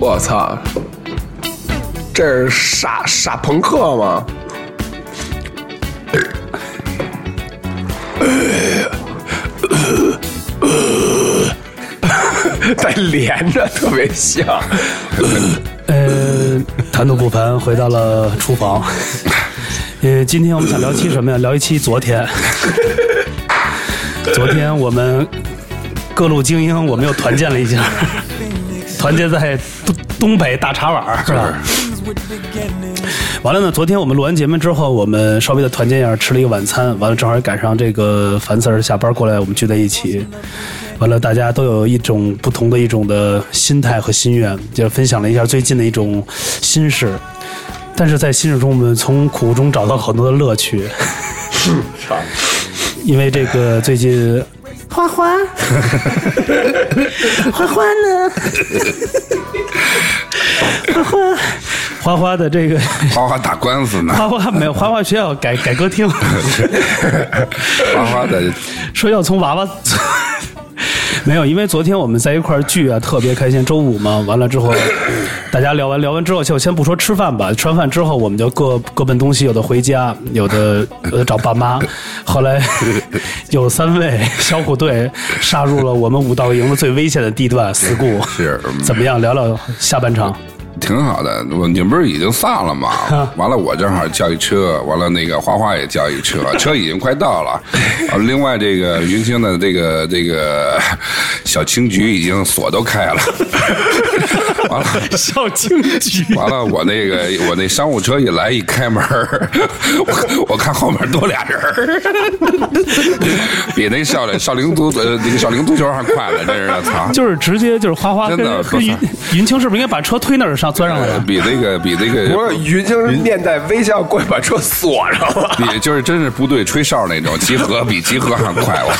我操，这是傻傻朋克吗？ 带连着，特别 像。呃， 谈吐不凡回到了厨房。呃，今天我们想聊期什么呀？聊一期昨天。 昨天我们各路精英，我们又团建了一下，团结在东东北大茶碗儿，是吧？完了呢，昨天我们录完节目之后，我们稍微的团建一下，吃了一个晚餐。完了，正好也赶上这个樊 Sir 下班过来，我们聚在一起。完了，大家都有一种不同的一种的心态和心愿，就分享了一下最近的一种心事。但是在心事中，我们从苦中找到很多的乐趣。因为这个最近花 花，花花呢？花花的这个花花打官司呢，花花没有花花学校改改歌 厅，花花的说要从娃娃。没有，因为昨天我们在一块儿聚啊，特别开心。周五嘛，完了之后，大家聊完聊完之后，就先不说吃饭吧。吃完饭之后，我们就各各奔东西，有的回家，有的有的找爸妈。后 来有三位小虎队杀入了我们武道营的最危险的地段——死谷。是嗯怎么样？聊聊下半场。挺好的。我你们不是已经散了吗？完了，我正好叫一车，完了那个花花也叫一车， 车已经快到了。啊另外这个云清的这个这个小青桔已经锁都开了。完了，小青桔，完了，我那个我那商务车一来一开门儿， 我我看后面多俩人儿， 比那少林少林足呃那个少林足球还快了，真是的，操！就是直接就是花花跟真的不跟云散云清是不是应该把车推那儿上钻上来了？比那个比那个不是云清是面带微笑过去把车锁上了。比就是真是部队吹哨那种，集合比集合还快 我。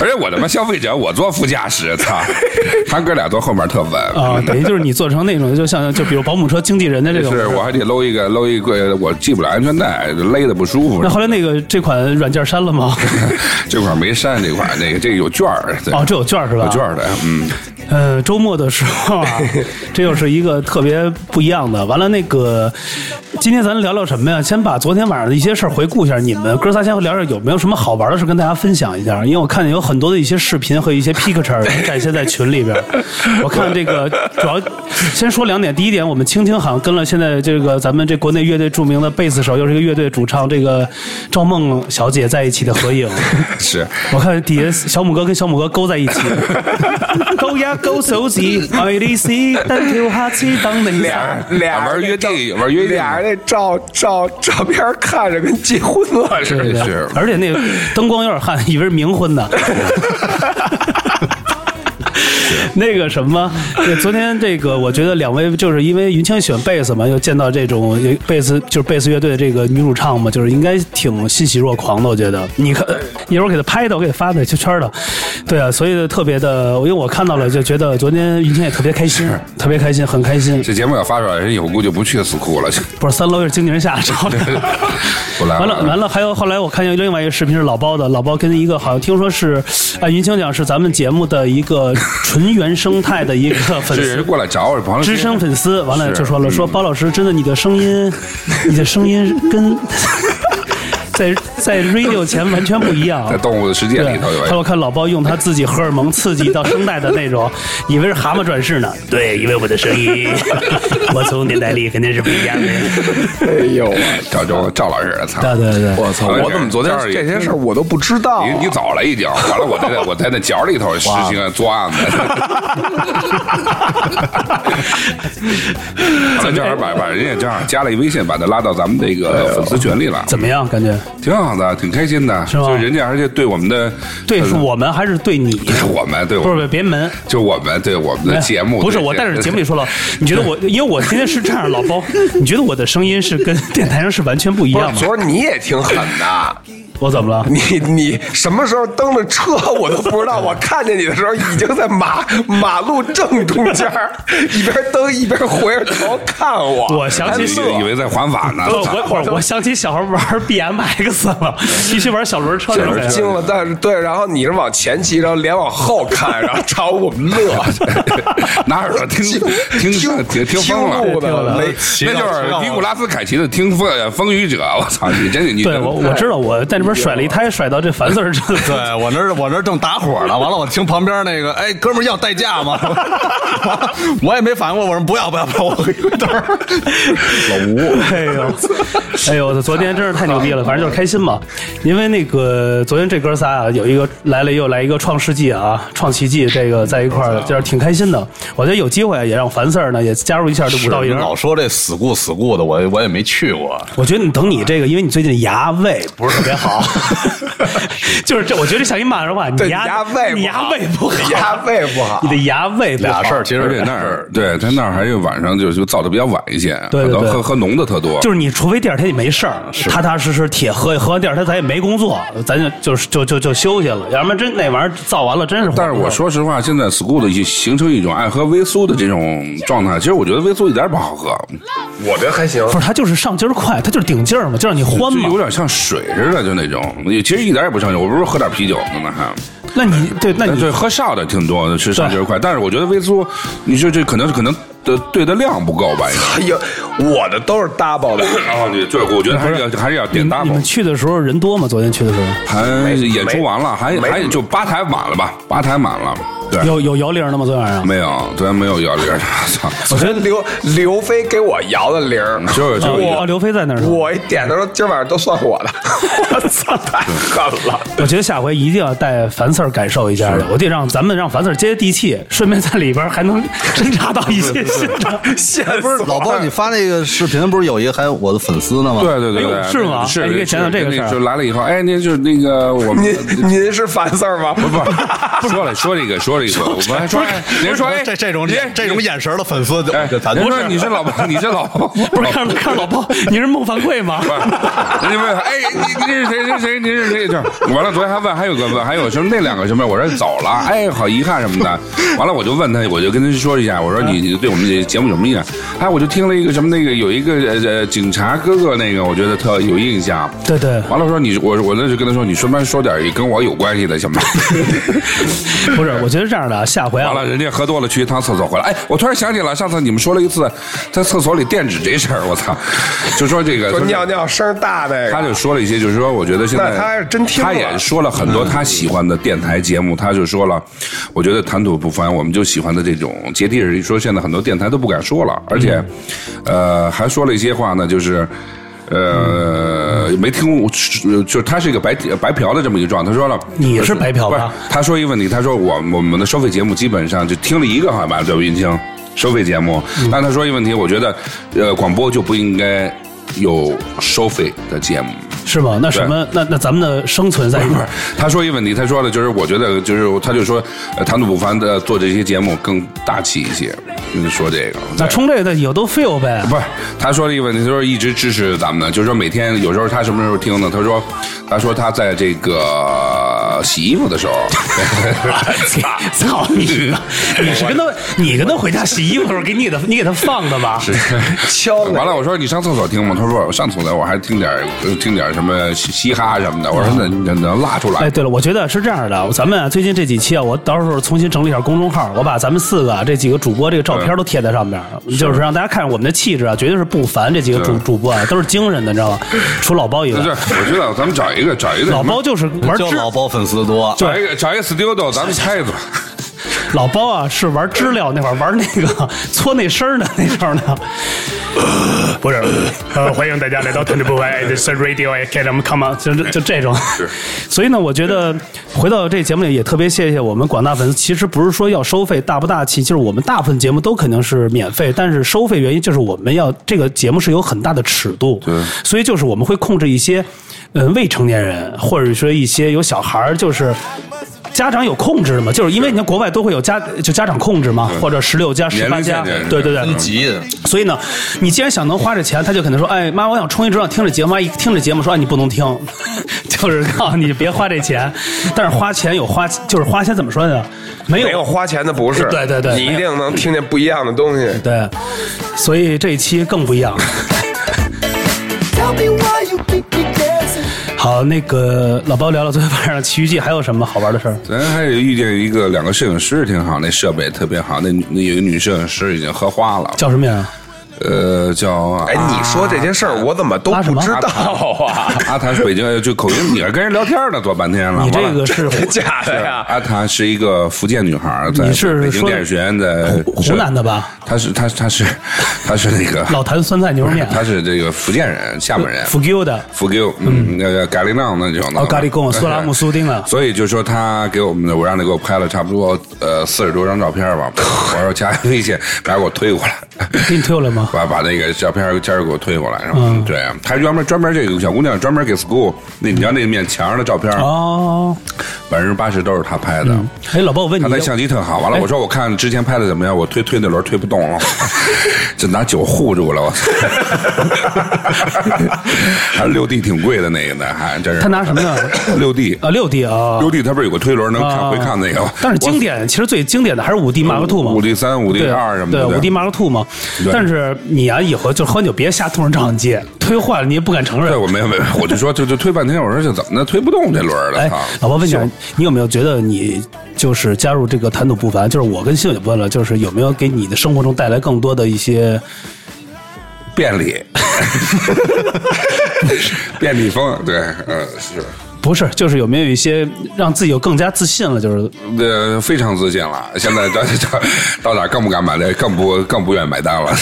而且我他妈消费者，我坐副驾驶，操！他哥俩坐后面特稳。啊，等于就是你做成那种，就像就比如保姆车经纪人的这种。是，我还得搂一个搂一个，我系不了安全带，勒的不舒服那。后来那个这款软件删了吗？ 这块儿没删，这块儿那个这个有券儿，对哦，这有券儿是吧？有券。儿的，嗯，呃，周末的时候啊，这又是一个特别不一样的。完了，那个今天咱聊聊什么呀？先把昨天晚上的一些事儿回顾一下。你们哥仨先聊聊有没有什么好玩的事跟大家分享一下？因为我看见有很多的一些视频和一些 picture 展现在群里边儿。我看这个主要先说两点，第一点，我们青青好像跟了现在这个咱们这国内乐队著名的贝斯手，又是一个乐队主唱这个赵梦小姐在一起的合影。是。我看底下小拇哥跟小拇哥勾在 一起，勾呀勾手指，爱丽丝单挑哈气当那俩俩。人俩啊玩人约那照定玩约定俩人那照照照片看着跟结婚了似对的。对是而且那个灯光有点暗， 以为是冥 婚呢。那个什么，呃昨天这个我觉得两位就是因为云清选贝斯嘛，又见到这种贝斯就是贝斯乐队的这个女主唱嘛，就是应该挺欣喜若狂的。我觉得你看，一会儿给她拍的，我给她发在圈圈的。对啊，所以特别的，因为我看到了，就觉得昨天云清也特别开心，特别开心，很开心。这节目要发出来，人以后估计不去死库了，不是三楼是经纪人下找 的。不来完了完了。了，还有后来我看见另外一个视频是老包的，老包跟一个好像听说是，按云清讲是咱们节目的一个纯原生态的一个粉这人丝。过来找我，朋友资深粉丝完了是就说了，嗯说包老师真的你的声音， 你的声音跟在 在 radio 前完全不一样在。动物的世界对里头，有后来我看老包用他自己荷尔蒙刺激到声带的那种，以为是蛤蟆转世呢。对，因为我的声音， 我从年代里肯定是不一 样的。哎呦，赵周赵老师，操！对对对， 我操！我怎么昨天这样这些事儿我都不知道啊？哦你你早了已经，完了我在那我在那角里头实行 作案子，咱正好把把人家正好加了一微信，把他拉到咱们这哎个粉丝群里了，怎么样？感觉挺好的，挺开心的，是吗就人家而且对我们的对嗯呃是我们还是对 你？对我们对我不们是别门。就我们对我们的节目不是对我，对但是对 节目里 说了，你觉得我，因为我今天是这样，老包，你觉得我的声音是跟电台上是完全不一不样是吗？昨儿你也挺狠的，我怎么了？你你什么时候蹬的车我都不知道，我看见你的时候已经在马马路正中间儿，一边蹬一边回着头看我。我想起还哎以乐为在环法呢。哦我操 我我我想起小时候玩 BMX 了，必须玩小轮车那种就是感觉。惊了，但是对，然后你是往前骑，然后脸往后看，然后朝我们乐，拿耳朵听听听听听听疯了，路的，没那就是尼古拉斯凯奇的《听风呃风雨者》。我操，你真是你对，我 我知道，我在那边甩了一胎，甩到这樊四儿这。哎 对我那儿我那儿正打火呢，完了我听旁边那个，哎，哥们儿要代驾吗？ 完了我也没反应过，我说不要不要不要，我回 头儿。哎呦， 哎呦，昨天真是太牛逼了，反正就是开心嘛。因为那个昨天这哥仨啊，有一个来了又来一个创世纪啊，创奇迹，这个在一块儿就是挺开心的。我觉得有机会啊也让樊四儿呢也加入一下这是五道你营。老说这死故死故的，我我也没去过。我觉得你等你这个，因为你最近牙胃不是特别 好，就是这，我觉得像一骂人话，你对牙牙胃你牙胃不好，牙胃不好 你。的牙胃不好俩事儿其实而且那儿，对他那儿还有晚上就就造的比较晚一些，对对可能对喝喝浓的特多，就是你除非第二天你没事儿，踏踏实实铁喝，喝完第二天咱也没工作，咱就就是就就就休息了，要不然真那玩意儿造完了真是。但是我，说实话，现在 school 的形成一种爱喝微苏的这种状态，其实我觉得微苏一点也不好喝，我觉得还行不，是他就是上劲儿快，他就是顶劲儿嘛，就让你欢就有嘛。点像水似的，就那种，其实一点也不上劲。我不是喝点啤酒呢呢还。那你对，那但你对喝少的挺多的，是上劲儿快。但是我觉得微苏，你说这可能可能的兑的量不够吧？应该哎呦，我的都是 double 的，哦，对对，我觉得还是要还是要点你们 double。去的时候人多吗？昨天去的时候还演出完了，还没还就吧台满了吧？吧台满了，对，有有摇铃的吗？昨天晚上哎没有，昨天没有摇铃儿，操，我觉得刘刘飞给我摇的铃儿，就是就哦是哦，刘飞在那儿呢。我一点的时候，今晚上都算我的， 我操，太狠了！我觉得下回一定要带樊四儿感受一下的，我得让咱们让樊四儿接接地气，顺便在里边还能 侦查到一些新的。现不是 老包，包你发那个视频，不是有一个还有我的粉丝呢吗？对对对哎对，呦是吗是哎你给讲讲这个事儿就来了以后，哎，您就是那个我们。 您您是樊四儿吗？不不，不说了，说这个，说这个，我们还说，哎您说，哎，这这种您这种，眼神的粉丝，哎，咱您说你是老婆，你是老婆，不是看着看着老包，你是孟凡贵吗？不是，人家问，哎，你你是谁谁谁，您是谁？这完了，昨天还问，还有个问，还有什么那两个什么，我说走了，哎，好遗憾什么的。完了，我就问他，我就跟他说一下，我说你你对我们这节目有什么意见？哎，我就听了一个什么那个有一个呃呃警察哥哥那个，我觉得特有印象。对对，完了说你我我那就跟他说，你顺便说点跟我有关系的行吗？不是，我觉得这样的啊，下回啊完，了，人家喝多了去一趟厕所回来，哎，我突然想起了上次你们说了一次在厕所里垫纸这事儿，我操，就说这个说尿。尿声儿大那他个，就说了一些，就是说，我觉得现在那他是真听了他也说了很多他喜欢的电台节目，他就说了，我觉得谈吐不凡，我们就喜欢的这种接地气。说现在很多电台都不敢说了，而且，嗯呃，还说了一些话呢，就是。呃，没听过，呃就是他是一个白白嫖的这么一个状态。他说了，你是白嫖吧不是他说一个问题，他说我我们的收费节目基本上就听了一个，好像吧，叫云清收费节目。嗯但他说一个问题，我觉得，呃，广播就不应该有收费的节目。是吗？那什么，那那咱们的生存在一块儿，他说一个问题，他说的就是，我觉得就是，他就说，呃，谈吐不凡的做这些节目更大气一些。嗯说这个，那冲这个的有都 feel 呗。不是，他说了一个问题，他说一直支持咱们的，就是说每天有时候他什么时候听呢？他说，他说他在这个洗衣服的时候， 操你 妈！你是跟他你跟他回家洗衣服的时候给你给他你给他放的吧？敲完了我说你上厕所听吗？他说我上厕所我还听点呃听点什么嘻嘻哈什么的。我说那那能拉出来 哎，？对了，我觉得是这样的，咱们啊最近这几期啊，我到时候重新整理一下公众号，我把咱们四个啊这几个主播这个照片都贴在上面，嗯就是让大家看我们的气质啊，绝对是不凡。这几个主主播啊，都是精神的，你知道吗？除老包以外那，这我觉得咱们找一个找一个老什么包就是玩就知老包粉丝多。找一个找一个 studio，咱们开一个。老包啊是玩知了那会儿玩那个搓那声儿的那时候呢。不是，呃，欢迎大家来到 Twenty Four Hours Radio Academy，come on，就就就这种。 所以呢，我觉得回到这节目里也特别谢谢我们广大粉丝。其实不是说要收费大不大气，就是我们大部分节目都肯定是免费，但是收费原因就是我们要这个节目是有很大的尺度，所以就是我们会控制一些，呃，未成年人或者说一些有小孩儿，就是。家长有控制的嘛，就是因为你看国外都会有家就家长控制嘛，或者十六加十八年龄加限制，对对对，分级，嗯所以呢，你既然想能花这钱，他就肯定说，哎妈，我想充一直想听这节目，妈一听这节目说，哎你不能听， 就是告诉你别花这钱。但是花钱有花，就是花钱怎么说呢？没有没有花钱的不是，对对对你一定能听见不一样的东西。对，所以这一期更不一样。 Tell me why you keep me dancing. 好，那个老包聊聊昨天晚上奇遇记还有什么好玩的事儿？咱还有遇见一个两个摄影师挺好，那设备特别好，那那有一个女摄影师已经喝花了，叫什么啊呀？呃叫哎，你说这些事儿我怎么都啊什不么知道啊？阿谭是北京，就口音，你是跟人聊天呢，多半天了。你这完了个 是真假的哎呀？阿谭是一个福建女孩，在你是北京说电影学院在湖湖南的 吧？她是她她是 她是那个 老坛酸菜牛肉面，她是这个福建人，厦门人。福州的福州，嗯，那个咖喱浪那种的，哦咖喱 贡 苏拉姆苏丁啊了所以就说他给我们的，我让他给我拍了差不多呃四十多张照片 吧，我说加微信，然后给我推过来， 给你退了 吗？把把那个照片儿今儿给我推过来，是吧？嗯对，啊他专门专门这个小姑娘专门给 school 那你知道那面墙上的照片，哦，百分之八十都是他拍的。哎，老包，我问你他，那相机特好，哎完了我说我看之前拍的怎么样，我推推那轮推 不动了，就拿酒护住了，我 操！还六 D 挺贵的那个呢，还真是。他拿什么呢？六 D，啊，六 D 啊，六 D 它不是有个推轮能看啊回看那个吗？ 但是经典其实最经典的还是五 D Mark Two 嘛，五 D 三、五 D 对啊二什么的，对，五 D Mark Two 嘛。对但是你啊，以后就喝酒别瞎通人照相机，推坏了你也不敢承对，认。我没有没有，我就说就就推半天，我说这怎么的推不动这轮儿了？啊哎操！，老婆问你行，你有没有觉得你就是加入这个谈吐不凡？就是我跟信友问了，就是有没有给你的生活中带来更多的一些 便利，便利风，对，嗯，是，不是，就是有没有一些让自己有更加自信了？就是呃，非常自信了。现在到到到哪儿更不敢买单，更不更不愿意买单了。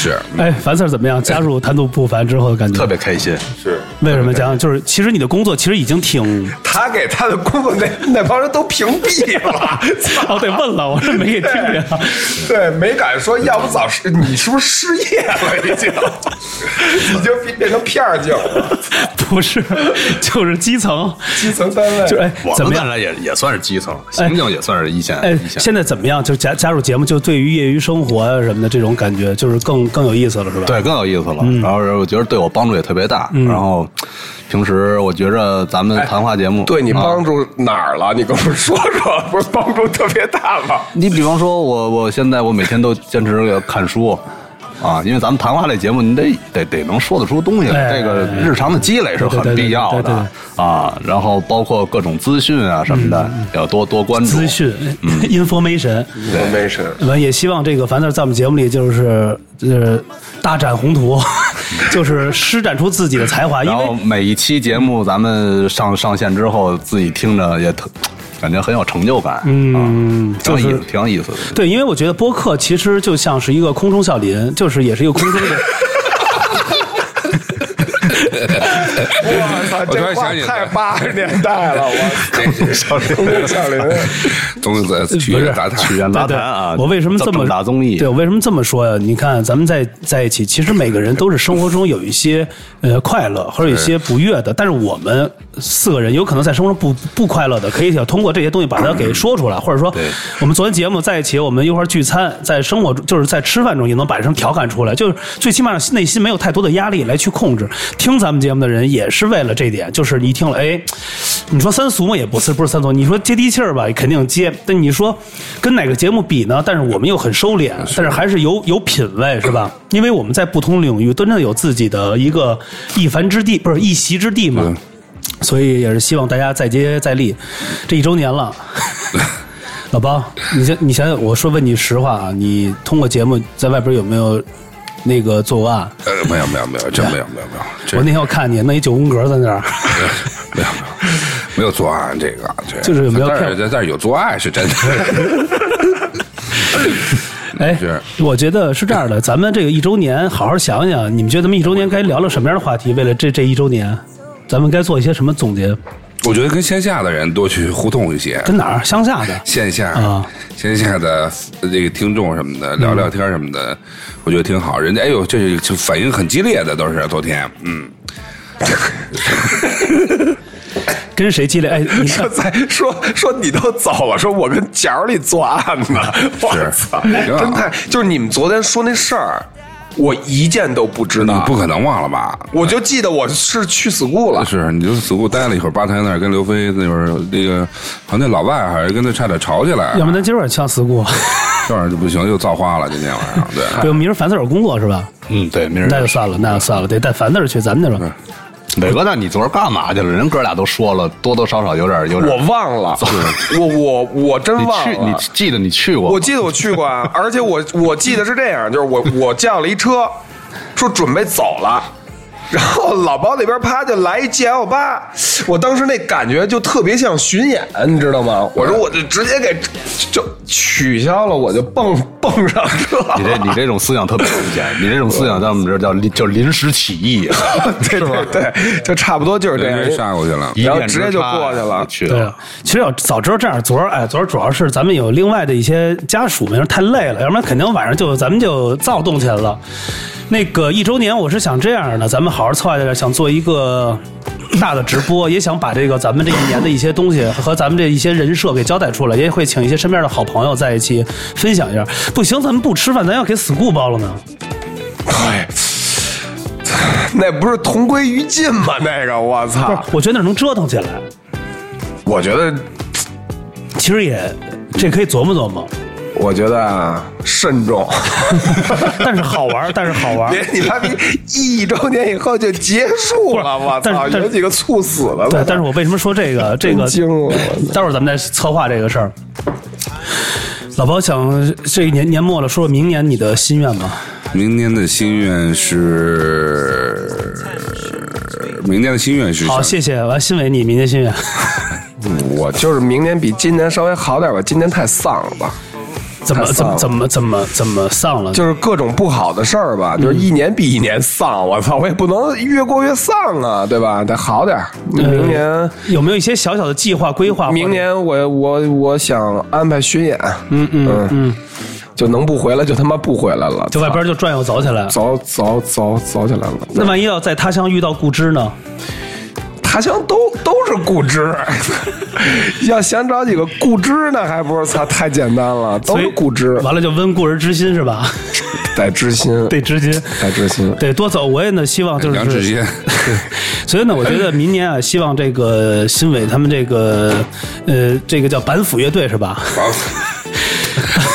是，哎，樊 Sir 怎么样？加入谈吐不凡之后的感觉？特别开心。为什么讲？就是其实你的工作其实已经 挺……他给他的工作那那帮人都屏蔽了，哦，对，问了，我是没给听见。 对，没敢说，要不早失，你是不是失业了已 经？已经变变成片儿警了，不是， 就是基层，基层单位。 就是哎我，怎们么当样？然也也算是基层，刑警也算是一线哎一，线。现在怎么样？就加加入节目，就对于业余生活啊什么的这种感觉，就是更更有意思了，是吧？，对，更有意思了。嗯然后我觉得对我帮助也特别大。然后平时我觉着咱哎们谈话节目，对你啊帮助哪儿了？你跟我们说说， 不是帮助特别大吗？你比方说我，我现在我每天都坚持看书，啊，因为咱们谈话类节目，你得得得能说得出东西来，哎这个日常的积累是对对很对必要对对的啊。然后包括各种资讯啊什么的，要多多关嗯注。资讯、information，嗯 我没事。我也希望这个樊 Sir 在我们节目里就是就是大展宏 图，就是施展出自己的才华，因然后为。每一期节目咱们上上线之后，自己听着也特感觉很有成就感，嗯，挺就有是意思，挺有意思的。对，因为我觉得播客其实就像是一个空中小林，就是也是一个空中的。我操，我突这然话想起来太八十年代了，我这少工小林，总得去一个杂谈曲。苑杂对对谈啊，我为什么这么大综艺？对，我为什么这么说呀、你看，咱们在在一起，其实每个人都是生活中有一些呃快乐，或者有一些不悦的。但是我们四个人有可能在生活中不不快乐的，可以通过这些东西把它给说出来，或者说对我们昨天节目在一起，我们一块儿聚餐，在生活中就是在吃饭中也能把这声调侃出来，就是最起码让内心没有太多的压力来去控制。听咱们节目的人也是为了这点，就是你一听了，哎，你说三俗嘛也不是不是三俗，你说接地气儿吧肯定接，但你说跟哪个节目比呢？但是我们又很收敛，但是还是有有品位是吧？因为我们在不同领域真正有自己的一个一番之地，不是一席之地嘛。所以也是希望大家再接再厉，这一周年了。老包，你想你想想，我说问你实话啊，你通过节目在外边有没有那个作案？呃，没有没有没有，真没有没有没有，这呃我那天我看你弄一九宫格在那儿，没有没有没有作案这个，这就是有没有但骗是但是有做爱是真的。 哎是，我觉得是这样 的，咱们这个一周年，好好想想，你们觉得咱们一周年该聊聊什么样的话题？为了这这一周年，咱们该做一些什么总结？我觉得跟线下的人多去互动一些，跟哪儿？乡下的。线下啊线下的呃这个听众什么的聊聊天什么嗯的，我觉得挺好。人家哎呦，这是这反应很激烈的，都是昨天，嗯， 跟谁激烈？哎， 你说 看在说说你都走了，说我跟角里作案呢，我操，挺好真太就是你们昨天说那事儿。我一件都不知你啊道，不可能忘了吧？我就记得我是去 school 了。是，你就死固待了一会儿，吧台那儿跟刘飞那会儿那个，好像那老外还是跟他差点吵起来，要不咱今儿晚上敲死 过，这玩意儿就不行，又造花了。今天晚上，对，对，明儿樊四儿有工作是吧？嗯，对，明那儿就算了，那就算了，得带樊四儿去，咱们去吧。伟哥，那你昨儿干嘛去了？人哥俩都说了，多多少少有点有点。我忘了，我我我真你忘去，你了。记得你去过吗？ 我记得我去过 啊，而且我我记得是这样，就是我我叫了一车，说准备走了。然后老包那边啪就来一 GL 八，我当时那感觉就特别像巡演，你知道吗？我说我就直接给就取消了，我就蹦 蹦上车了。你这你这种思想特别危险，你这种思 想在我们这儿叫临叫临时起啊义，对对对，就差不多就是这人家样。杀过去了。一 然后念直接就差过去了去对了。啊，其实要早知道这样，昨儿哎，昨儿主要是咱们有另外的一些家属们太累了，要不然肯定晚上就咱们就躁动起来了。那个一周年，我是想这样的，咱们好好策划一下，想做一个大的直播，也想把这个咱们这一年的一些东西和咱们这一些人设给交代出来，也会请一些身边的好朋友在一起分享一下。不行，咱们不吃饭，咱要给 school 包了呢。哎，那不是同归于尽吗？那个我不是操，，我觉得那能折腾起来， 我觉得其实也这可以琢磨琢磨，我觉得啊，慎重。但是好玩儿，但是好 玩儿。别你妈逼一周年以后就结束了，不是我但是操！但是有几个猝死了，对，但是我为什么说这个这个？惊了待会儿咱们再策划这个事儿。老包想这一年年末了，说说明年你的心愿吧。明年的心愿是，明年的心愿是好，想哦谢谢，完欣慰你明年心愿。我就是明年比今年稍微好点吧，今年太丧了，怎么太怎丧了么怎么怎么怎么丧了？就是各种不好的事儿吧，就是嗯一年比一年丧，我操！我也不能越过越丧啊，对吧？得好点儿，明年。有没有一些小小的计划规划或者？明年我我我想安排巡演，嗯嗯嗯，就能不回来就他妈不回来了，就外边就转悠走起来。走走走走起来了。那万一要在他乡遇到故知呢？他乡都都是固汁， 要想找几个固汁呢，还不是操太简单了，都所以是固汁，完了就温故而知新是吧？ 得知心，得知心，得知心。得多走。我也呢，希望就是梁志坚， 所以呢，我觉得明年啊，希望这个新伟他们这个，呃，这个叫板斧乐队是吧？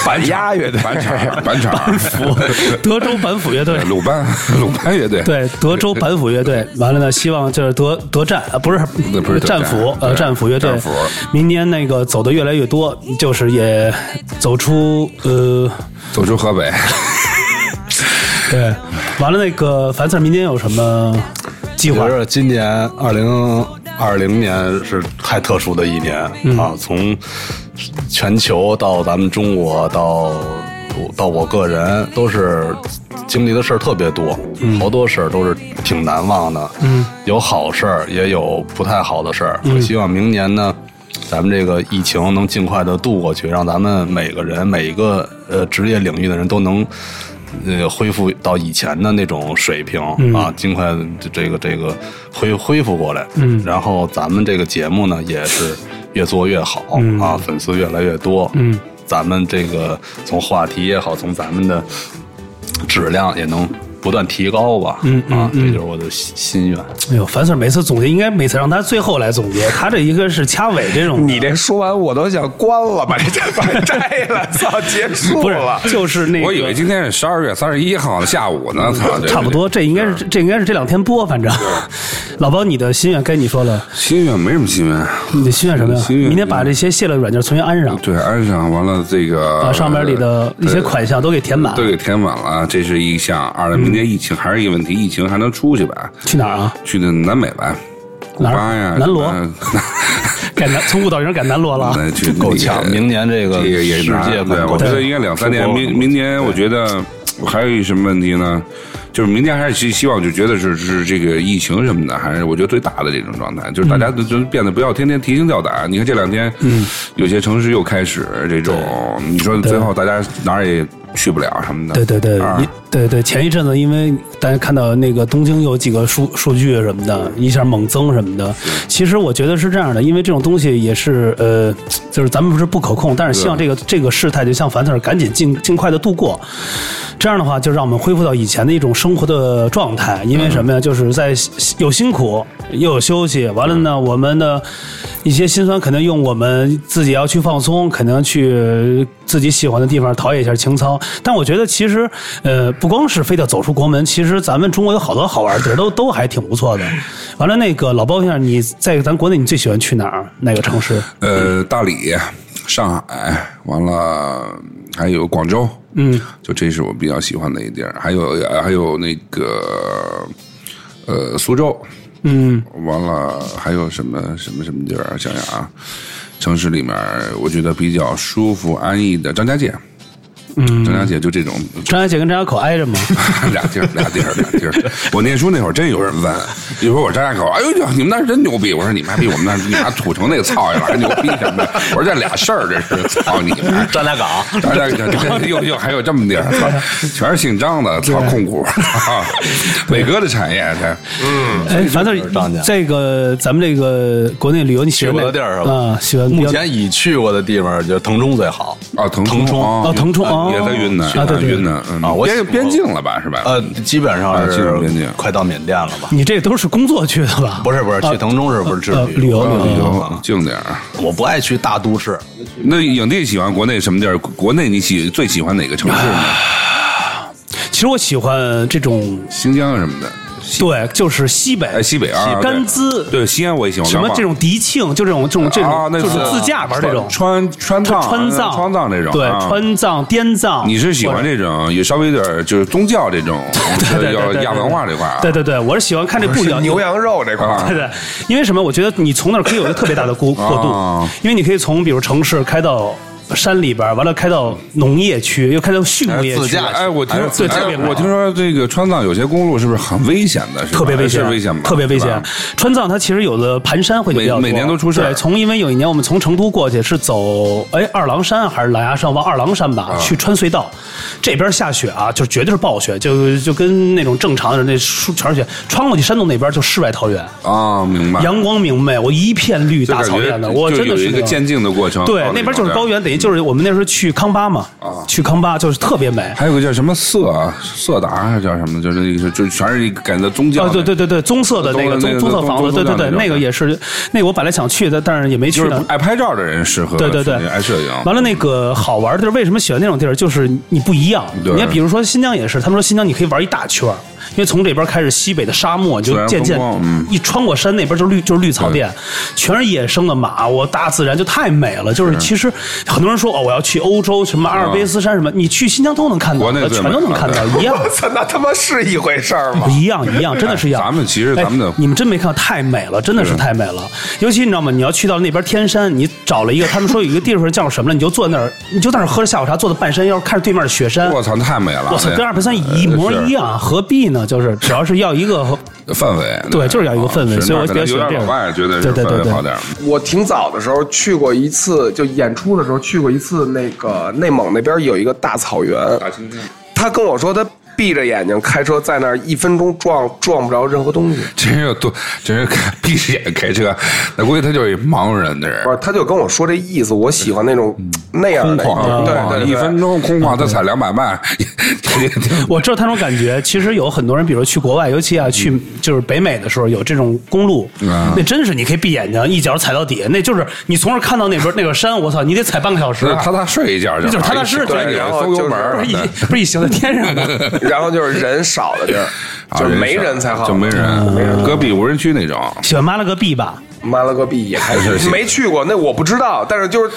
板鸭乐队，板场板场， 德州板斧乐 队，鲁班鲁班乐队，对，德州板斧乐队。完了呢，希望就是德德战啊，不是对不是德战战斧，呃，对战斧乐队战斧，明年那个走的越来越多，就是也走出呃，走出河北，对，完了那个樊四儿明年有什么计我划觉？得今年二零二零年是太特殊的一年、嗯啊，从全球到咱们中国到到我个人，都是经历的事儿特别多，嗯好多事儿都是挺难忘的。嗯，有好事儿，也有不太好的事儿。嗯我希望明年呢。咱们这个疫情能尽快的度过去，让咱们每个人每一个呃职业领域的人都能呃恢复到以前的那种水平、啊，尽快这这个这个恢恢复过来。嗯，然后咱们这个节目呢也是越做越好、啊，粉丝越来越多。嗯，咱们这个从话题也好，从咱们的质量也能不断提高吧。嗯啊，这就是我的心心愿。哎呦，樊四儿每次总结应该每次让他最后来总结，他这一个是掐尾这种的。你这说完我都想关了，把这把这摘了，操，结束不是了，。就是那个，我以为今天是十二月三十一号的下午呢，操，这差不多，这应该是这应该是这两天播，反正。老包，你的心愿该你说了，心愿没什么心愿，你的心愿什么呀？心愿明天把这些泄露软件重新安上，对，安上完了这个把啊上面里的一些款项都给填满。都给填满了，这是一项。二来，明年疫情还是一个问题，疫情还能出去吧？去哪儿啊？去的南美吧，古哪儿巴呀，南罗什么改南从五岛营改南 罗了 啊。那去够呛明年这个也也世难界对，啊嘛我觉得对应该两三年。中国明明年，我觉得我还有一什么问题呢？就是明年还是希希望，就觉得是是这个疫情什么的，还是我觉得最大的这种状态，就是大家都就变得不要天天提心吊胆。你看这两天，嗯，有些城市又开始这种，你说最后大家哪儿也去不了什么的。对对对，啊一对对，前一阵子因为大家看到那个东京有几个数数据什么的，一下猛增什么的。其实我觉得是这样的，因为这种东西也是呃，就是咱们不是不可控，但是希望这个这个事态就像凡事赶紧尽尽快的度过。这样的话，就让我们恢复到以前的一种生活的状态。因为什么呀？就是在有辛苦，又有休息。完了呢，我们的一些心酸，肯定用我们自己要去放松，肯定去自己喜欢的地方陶冶一下情操。但我觉得其实，呃，不光是非得走出国门，其实咱们中国有好多好玩的地儿，都都还挺不错的。完了，那个老包先生，你在咱国内你最喜欢去哪儿？哪个城市？呃，大理、上海，完了还有广州，嗯，就这是我比较喜欢的一地儿。还有呃还有那个呃苏州，嗯，完了还有什么什么什么地儿？想想啊，城市里面我觉得比较舒服安逸的张家界，嗯，张家界就这种张家界跟张家口挨着吗？ 俩地儿，俩地儿，俩地儿。我念书那会儿真有人问，一会儿我张家口，哎呦呦，你们那儿真牛逼！我说你妈逼，我们那儿你妈土城那个操样了，还牛逼什么的？我说这俩事儿，这是操你 妈！张家港，张家这又又还有这么地儿，操，全是姓张的，操控股，操伟哥的产业，这哎，反正张家这个咱们这个国内旅游，你喜去欢过哪的地儿是吧？啊，喜欢比目较前已去过的地方，就是腾冲最好。啊，腾腾冲啊哦腾冲哦也在云南，啊对对云南嗯啊我边边境了吧，是吧？呃，基本啊上基本是边境快到缅甸了吧？你这都是工作去的吧？不是不是，去腾冲是不是去呃旅游啊旅旅游啊近点儿。我不爱去大都市，那影帝喜欢国内什么地儿？国内你喜最喜欢哪个城市呢？其实我喜欢这种，新疆什么的。对，就是西北哎，西北啊，甘孜对西安我也喜欢什么这种迪庆，就这种这种这种，啊那就是是自驾玩这种。川川藏川藏、川藏这种，对，啊川藏、滇藏，你是喜欢这种也稍微有点就是宗教这种，对对对要对对亚文化这块啊，对对对，我是喜欢看这不一是样牛羊肉这块儿。啊 对对，因为什么？我觉得你从那儿可以有一个特别大的过过渡 啊，因为你可以从比如城市开到山里边儿，完了开到农业区，又开到畜牧业自区驾。哎，我听哎对特别啊哎我听说这个川藏有些公路是不是很危险的？是吧特别危是险，危险吧？特别危是险吧。川藏它其实有的盘山会比较多每每年都出事儿对，从因为有一年我们从成都过去是走哎二郎山还是狼牙山往二郎山吧，啊去穿隧道，这边下雪啊，就绝对是暴雪，就就跟那种正常的那树全是雪，穿过去山洞那边就世外桃源，啊，明白。阳光明媚，我一片绿就大感草原的，觉我就真的有是一那个种渐进的过程。啊对到，那边种就是地儿啊高。原，等于就是我们那时候去康巴嘛，去康巴就是特别美。还有个叫什么色啊色达还是叫什么？就是那个就全是一个感觉宗教啊，的。对对对对，棕色的那个棕棕棕棕色棕房子，棕对对对，棕色那种那个也是，那个我本来想去的，但是也没去就是呢。爱拍照的人适合，对对对，爱摄影。完了，那个好玩的地儿，为什么喜欢那种地儿？就是你不一样。对你看，比如说新疆也是，他们说新疆你可以玩一大圈儿，因为从这边开始西北的沙漠，你自就然渐渐风光嗯一穿过山那边就是绿就是绿草甸，全是野生的马，我大自然就太美了。就是其实很多人说哦，我要去欧洲什么阿尔卑斯山什么，你去新疆都能看到国内，最全美都能看 到，一样。我操，那他妈是一回事儿吗？一样一样，真的是一样。啊咱们其实咱们的哎你们真没看，太美了，真的是太美了。尤其你知道吗？你要去到那边天山，你找了一个，他们说有一个地方叫什么了，你就坐那儿，你就在那儿喝着下午茶，坐在半山腰看着对面的雪山。我操，太美了！我操，那跟二百三一模一样，何必呢？就是只要是要一个，氛围，哦对就是要一个氛围是所以我那可比较能喜欢这有点老样外觉得对是对对氛围对好点儿。 我挺早的时候去过一次，就演出的时候去过一次那个内蒙那边有一个大草原，青天，他跟我说他闭着眼睛开车在那儿一分钟撞撞不着任何东西，真是多，真是看闭着眼开车，那估计他就是一盲人的人不。是他就跟我说这意思，我喜欢那种那样空的，旷，空对旷对对，一分钟空旷，他踩两百迈，也也我知道他那种感觉。其实有很多人，比如去国外，尤其啊去就是北美的时候，有这种公路，啊那真是你可以闭眼睛一脚踩到底下，那就是你从这儿看到那边那个山，我操，你得踩半个小时啊是。踏踏睡一觉就是踏踏实实对，对然后松油就是门不儿是一对不是一行在天上的。 然后就是人少的地儿，啊就是没少人才好，就没人，嗯戈壁无人区那种。 喜欢马了个币吧？妈了个逼也开 是是始没去过，那我不知道，但是就是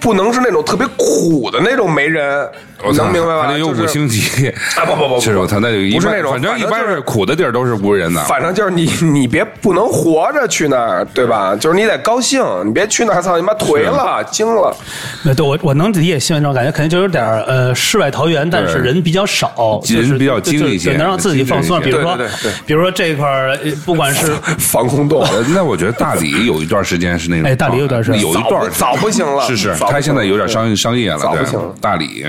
不能是那种特别苦的那种没人，我操能明白吧？还得有就是五星级啊不不不不是我操，那就一不是般那种反正反一正般就是是苦的地儿都是无人的，反正就是你，你别不能活着去那儿，对吧？就是你得高兴，你别去那儿，操你妈颓了，惊 了。那对我我能理解新闻这种感觉，肯定就有点儿呃世外桃源，但是对人比较少，就人是比较精一就些就能让自己放松。比精致些一如说对对对对，比如说这块儿，呃不管是防空洞， 呃，那我觉得大理有一段时间是那种，哎大理有段时间有一段早不早不行了是是，早不行了他现在有点商业商业了，早不对行了大理，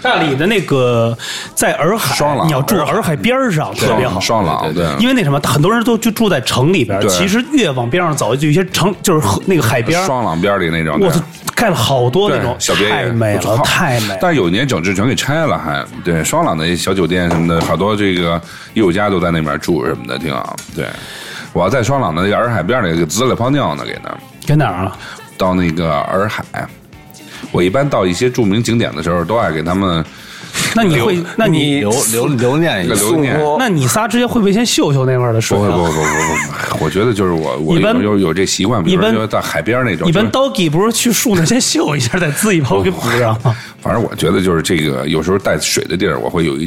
大理的那个在洱海，双廊你要住洱海边儿上特别好。双廊对，因为那什么，很多人都就住在城里边儿，对其实越往边上走，就有些城就是河那个海边儿，双廊边儿里那种的，我操，盖了好多那对种，小别野太美我了，操太美了。但是有一年整治全给拆了还，对双廊的小酒店什么的，好多这个艺术家都在那边住什么的，挺好。对，我要在双廊的那个洱海边儿里给滋了泡尿呢，给他在哪儿啊？到那个洱海。我一般到一些著名景点的时候，都爱给他们那你会？那你留留留念一留下。留念。那你仨之间会不会先秀秀那块儿的水 不啊？会不会不会不会，我觉得就是我我一般有有有这习惯，比一如般说在海边儿那种，一就般是 doggy 不是去树那儿先秀一下，再滋一泡给补上吗？反正我觉得就是这个，有时候带水的地儿，我会有一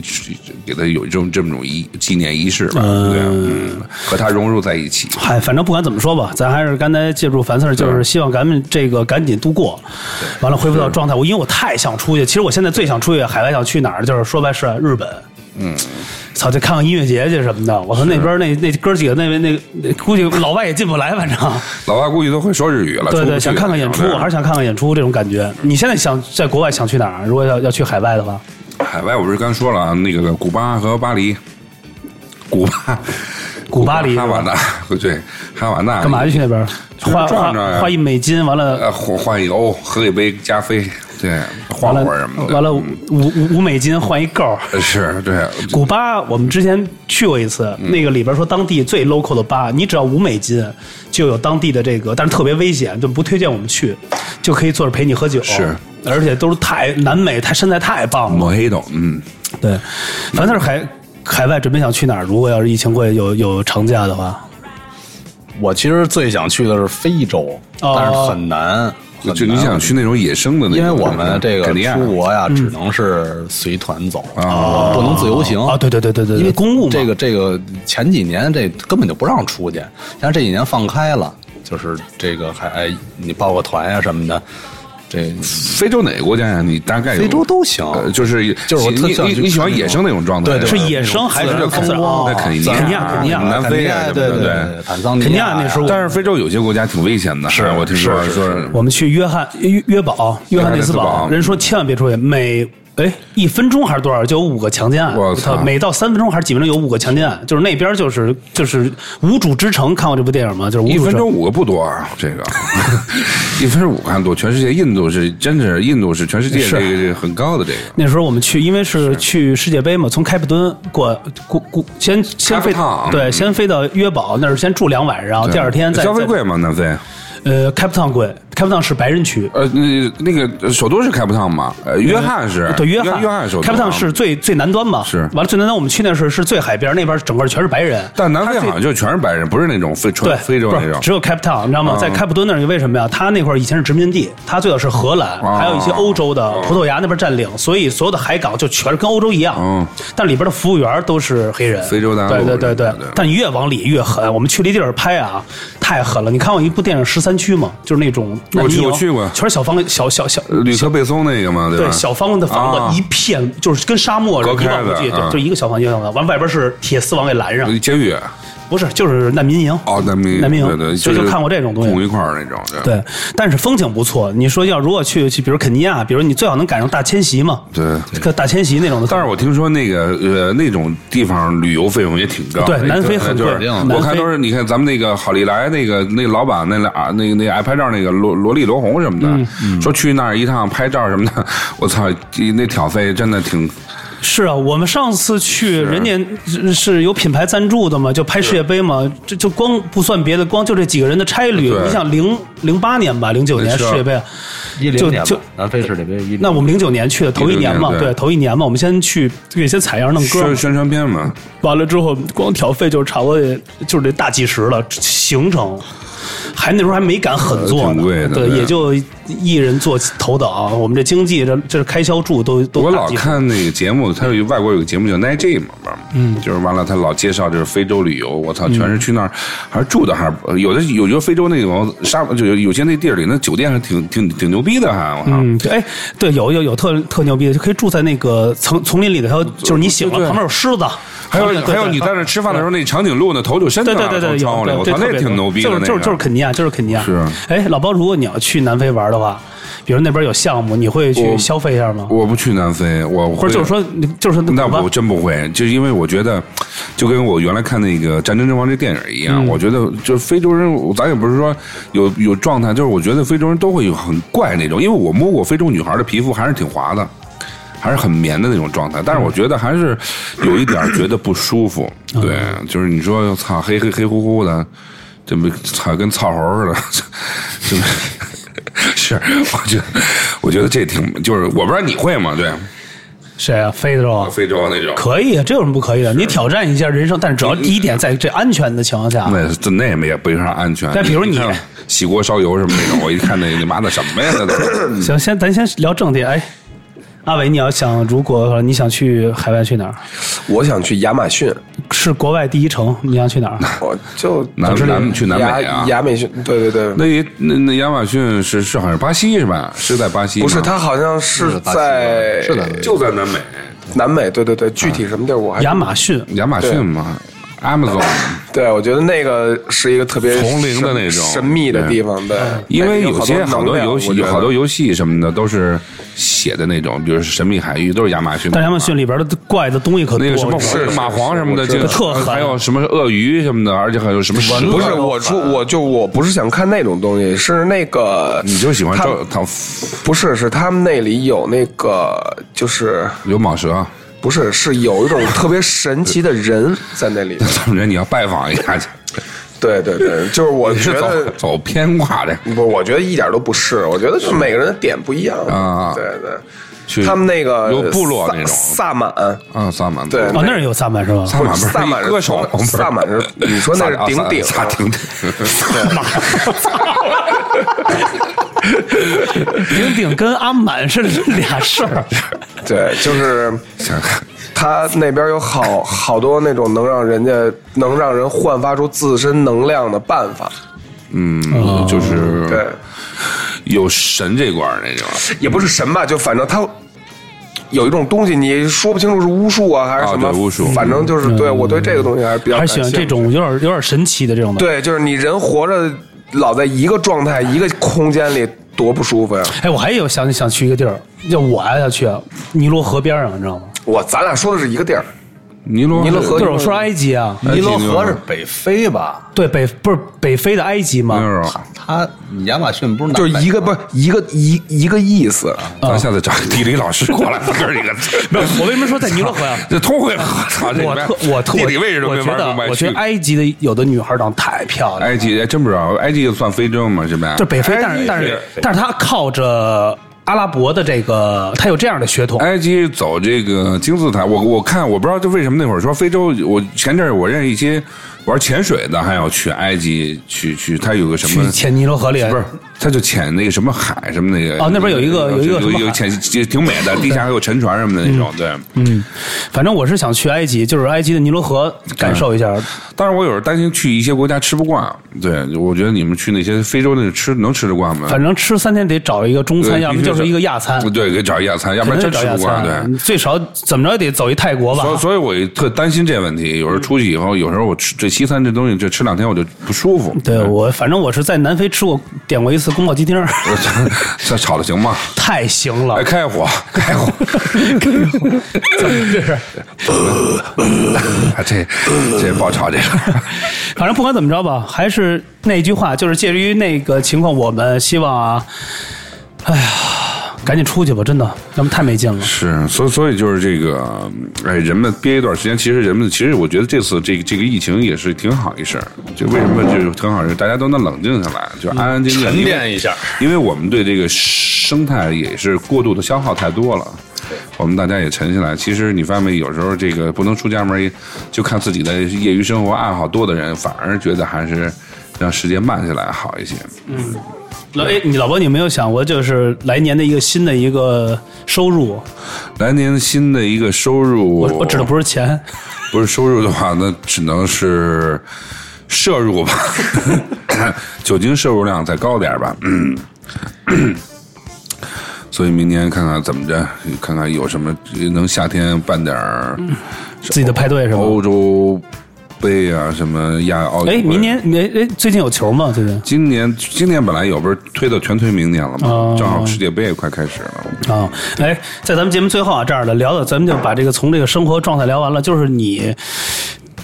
给他有一种这么种仪纪念仪式吧，对，嗯，和他融入在一起。嗨，反正不管怎么说吧，咱还是刚才借助樊 Sir，就是希望咱们这个赶紧度过，完了恢复到状态。我因为我太想出去，其实我现在最想出去，海外想去哪儿，就是说白是日本。嗯，操，去看看音乐节去什么的。我说那边那那哥几个那边那那估计老外也进不来，反正。老外估计都会说日语了，对出不对，去想看看演出，对我还是想看看演出这种感觉。你现在想在国外想去哪儿？啊如果要要去海外的话，海外，我不是刚说了啊，那个古巴和巴黎，古巴，古巴黎哈瓦那，对，哈瓦那干嘛就去那边？是花花转转呀花一美金，完了呃，换换一欧，喝一杯加菲，对，完晃了会儿什么的，完了五五五美金换一够。呃是对，古巴我们之前去过一次，嗯那个里边说当地最 local 的吧，你只要五美金就有当地的这个，但是特别危险，就不推荐我们去，就可以坐着陪你喝酒。是。而且都是太南美，他身材太棒了。莫黑豆，嗯，对，反正海海外准备想去哪儿？如果要是疫情会有有长假的话，我其实最想去的是非洲，哦但是很难。很就你难想去那种野生的那种，因为我们这肯啊个尼亚出国呀，只能是随团走，嗯我们不能自由行啊对对对对对对因为公务嘛这个这个前几年这根本就不让出去，但是这几年放开了，就是这个还哎你报个团呀什么的，这非洲哪个国家呀？你大概有非洲都行呃，就是就是我特你想你去你喜欢看那野种生那种状态对对是吧野生还是自然还是风光哦那肯尼肯尼亚亚、肯尼亚南非啊什么的，肯尼亚对对对，坦桑尼肯尼亚那时候但是非洲有些国家挺危险的，是我听说是是说我们去约翰约约堡约翰内斯约翰内斯堡，堡人说千万别出去，每哎一分钟还是多少就有五个强奸案，我操每到三分钟还是几分钟有五个强奸案，就是那边就是就是无主之城，看过这部电影吗？就是无一主之分钟城。五个不多啊，这个 一分钟五个还多，全世界印度是真是印度是全世界是这个这个很高的这个。那时候我们去，因为是去世界杯嘛，从开普敦过过过，先先飞开普敦对，先飞到约堡那儿，先住两晚上，第二天再嗯消费再贵吗？南非？呃，开普敦贵，开普敦是白人区，呃，那那个首都是开普敦嘛？呃，约翰是对约翰翰，约翰首都啊。开普敦是最最南端嘛，是完了最南端我们去那是是最海边，那边整个全是白人，但南非好像就全是白人，不是那种非对，纯非洲不那是种。嗯只有 Cape Town，你知道吗？在开普敦那儿，为什么呀？它那块儿以前是殖民地，它最早是荷兰，哦还有一些欧洲的葡萄牙那边占领，所以所有的海港就全是跟欧洲一样。嗯但里边的服务员都是黑人，非洲大陆对对对对对对。但越往里越狠，我们去了一地儿拍啊，太狠了。你看过一部电影《十三区》吗？就是那种我难民去我营去过全是小方小小小呃吕克贝松那个嘛，对吧？对，小方的房啊子一片，就是跟沙漠似隔的，一开望无的际，啊对，就一个小房一个小房，完外边是铁丝网给拦上，监狱不是，就是难民营。哦，难民难民营对对，所以就看过这种东西同一块儿那种，对对，但是风景不错。你说要如果去去，比如肯尼亚，比如你最好能赶上大迁徙嘛，对。这个大迁徙那种的。但是我听说那个呃那种地方旅游费用也挺高，对那南非很就是贵就是南非我看都是你看咱们那个好利来那个那个老板那俩啊那个那个爱拍照那个罗罗丽罗红什么嗯的，说去那儿一趟拍照什么的，我操，那挑费真的挺是啊，我们上次去，人家是有品牌赞助的嘛，就拍世界杯嘛，这就光不算别的，光就这几个人的差旅，对你想零零八年吧，零九年是世啊界杯，一就零年吧就南非世界杯一那我们零九年去的头一年嘛， 09年对对，头一年嘛，我们先去给些采样弄歌嘛宣，宣传片嘛，完了之后，光挑费就差不多也就是这大几十了，行程还那时候还没敢狠做呃挺呢，贵的对，对也就一人坐头等。我们这经济这这开销住都都我大老几十看那个节目，他有一外国有个节目叫 n i g 嘛，嗯，就是完了，他老介绍就是非洲旅游，我嗯操，全是去那儿，还是住的，还是呃有的有些非洲那种沙，就有有些那地儿里那酒店还挺挺挺牛逼的，还我操，嗯，对，哎，对，有有有特特牛逼的，就可以住在那个丛丛林里的，还有就是你醒了对对旁边有狮子，还有对对还有，你在那吃饭的时候，那长颈鹿那头就伸出对来对对了，对，从窗户里，有我对操，特那别挺牛逼的，就是那个就是就是肯尼亚，就是肯尼亚。是啊哎，老包，如果你要去南非玩的话，比如那边有项目，你会去我消费一下吗？我不去南非，我不不是，就是说，你就是说那古巴我真不会，就是因为我觉得，就跟我原来看那个《战争之王》这电影一样，我觉得就非洲人，咱也不是说有有状态，就是我觉得非洲人都会有很怪那种，因为我摸过非洲女孩的皮肤，还是挺滑的，还是很绵的那种状态，但是我觉得还是有一点觉得不舒服，对，就是你说操黑黑黑乎乎的，这么操跟草猴似的，这么。 是，我觉得，我觉得这挺，就是我不知道你会吗？对，谁啊？非洲啊？非洲那种，可以啊，这有什么不可以的？你挑战一下人生，但是只要第一点在这安全的情况啊下，那这那也没也不上安全。但比如你看洗锅烧油什么那种，我一看那你妈的什么呀？那都 是行，先咱先聊正题。哎，阿伟，你要想，如果呃你想去海外去哪儿？我想去亚马逊，是国外第一城，你想去哪儿？我就南南去南美啊亚亚马逊，对对对，那也那那亚马逊是是好像巴西是吧？是在巴西吗？不是，它好像是在是的，就在南美，南美，对对对，具啊体什么地儿我还亚马逊。亚马逊嘛，Amazon。对，我觉得那个是一个特别丛林的那种嗯神神秘的地方，对，因为那里有些好能多量游我戏，觉有得好多游戏什么的都是写的那种，比如《神秘海域》都是亚马逊。但亚马逊里边的怪的东西可多了。那个什么是是蚂蟥什么的，我知就道特狠还有什么鳄鱼什么的，而且还有什么蛇不是，我说我就我不是想看那种东西，是那个你就喜欢他照它不是是他们那里有那个就是有蟒蛇。不是是有一种特别神奇的人在那里，怎么着？你要拜访一下去？对对对，就是我 你觉是走得走偏挂的，不，我觉得一点都不是，我觉得就每个人的点不一样啊对去对，他们那个有部落萨那种萨满，啊，萨满对哦，那儿有萨满是吧？萨满不是萨满一是歌手，从萨满是你说那是顶啊顶萨 顶顶，顶顶跟阿满是俩事儿。对， 就是他那边有好好多那种能让人家能让人焕发出自身能量的办法，嗯，就是对，有神这关儿那种也不是神吧，就反正他。有一种东西，你说不清楚是巫术啊，还是啊什么？对巫术反正就是对我对这个东西还是比较嗯还感是喜欢兴这趣种有点有点神奇的这种的。，对，就是你人活着老在一个状态、一个空间里，多不舒服呀！哎，我还有想想去一个地儿，要我啊要去尼罗河边上，你知道吗？我咱俩说的是一个地儿，尼罗尼罗河就是我说埃及啊，哎尼罗河是北非吧？对北不是北非的埃及那嘛？种，它亚马逊不是南就是美一个不是一个一一个意思。啊咱下次找地理老师过来，哥几啊没个有，我为什么说在尼罗河呀？ 这通会，我操，这里我边特我特地理位置都我没觉玩得明白我觉去得。埃及的有的女孩长得太漂亮了，埃及哎哎真不知道，埃及算非洲吗？是吧？就北非，但是埃及但是但是她靠着阿拉伯的这个，她有这样的血统。埃及走这个金字塔，我我看我不知道这为什么那会儿说非洲，我前阵儿我认识一些玩潜水的，还要去埃及去去，他有个什去么潜尼罗河里，不是，他就潜那个什么海什么那个哦那边有一个有一个什么海有潜也挺美的，地下还有沉船什么的那种，对。嗯，反正我是想去埃及，就是埃及的尼罗河感受一下。嗯但是我有时候担心去一些国家吃不惯，对，我觉得你们去那些非洲那吃能吃得惯吗？反正吃三天得找一个中餐，对要么就是一个亚餐，对，给找一亚餐，要不肯定然真找吃亚不惯，对餐。。嗯最少怎么着也得走一泰国吧。所以所以我也特担心这问题。有时候出去以后，有时候我吃这西餐这东西，这吃两天我就不舒服。对我，反正我是在南非吃过点过一次宫保鸡丁儿， 这这炒的 行吗？太行了哎，。开火，开火！ 这是，啊这这不好炒这个。反正不管怎么着吧，还是那句话，就是介于那个情况，我们希望啊，哎呀，赶紧出去吧，真的，要么太没劲了。是，所以所以就是这个，哎，人们憋一段时间，其实人们其实我觉得这次这个这个疫情也是挺好一事儿。就为什么就是挺好一事儿，大家都能冷静下来，就安安静静沉因为淀一下。因为我们对这个生态也是过度的消耗太多了。我们大家也沉下来。其实你发现没，有时候这个不能出家门儿，就看自己的业余生活爱好多的人，反而觉得还是让时间慢下来好一些。老哎，你老婆，你没有想过就是来年的一个新的一个收入？来年新的一个收入，我我指的不是钱，不是收入的话，那只能是摄入吧，酒精摄入量再高点儿吧。嗯，所以明年看看怎么着，看看有什么呃能夏天办点儿自己的派对是吧？欧洲杯啊，什么亚奥运会。哎，明年哎哎，最近有球吗？最近今年今年本来有，不是推到全推明年了吗？哦正好世界杯也快开始了。啊，哎，在咱们节目最后啊，这样的聊的，咱们就把这个从这个生活状态聊完了，就是你。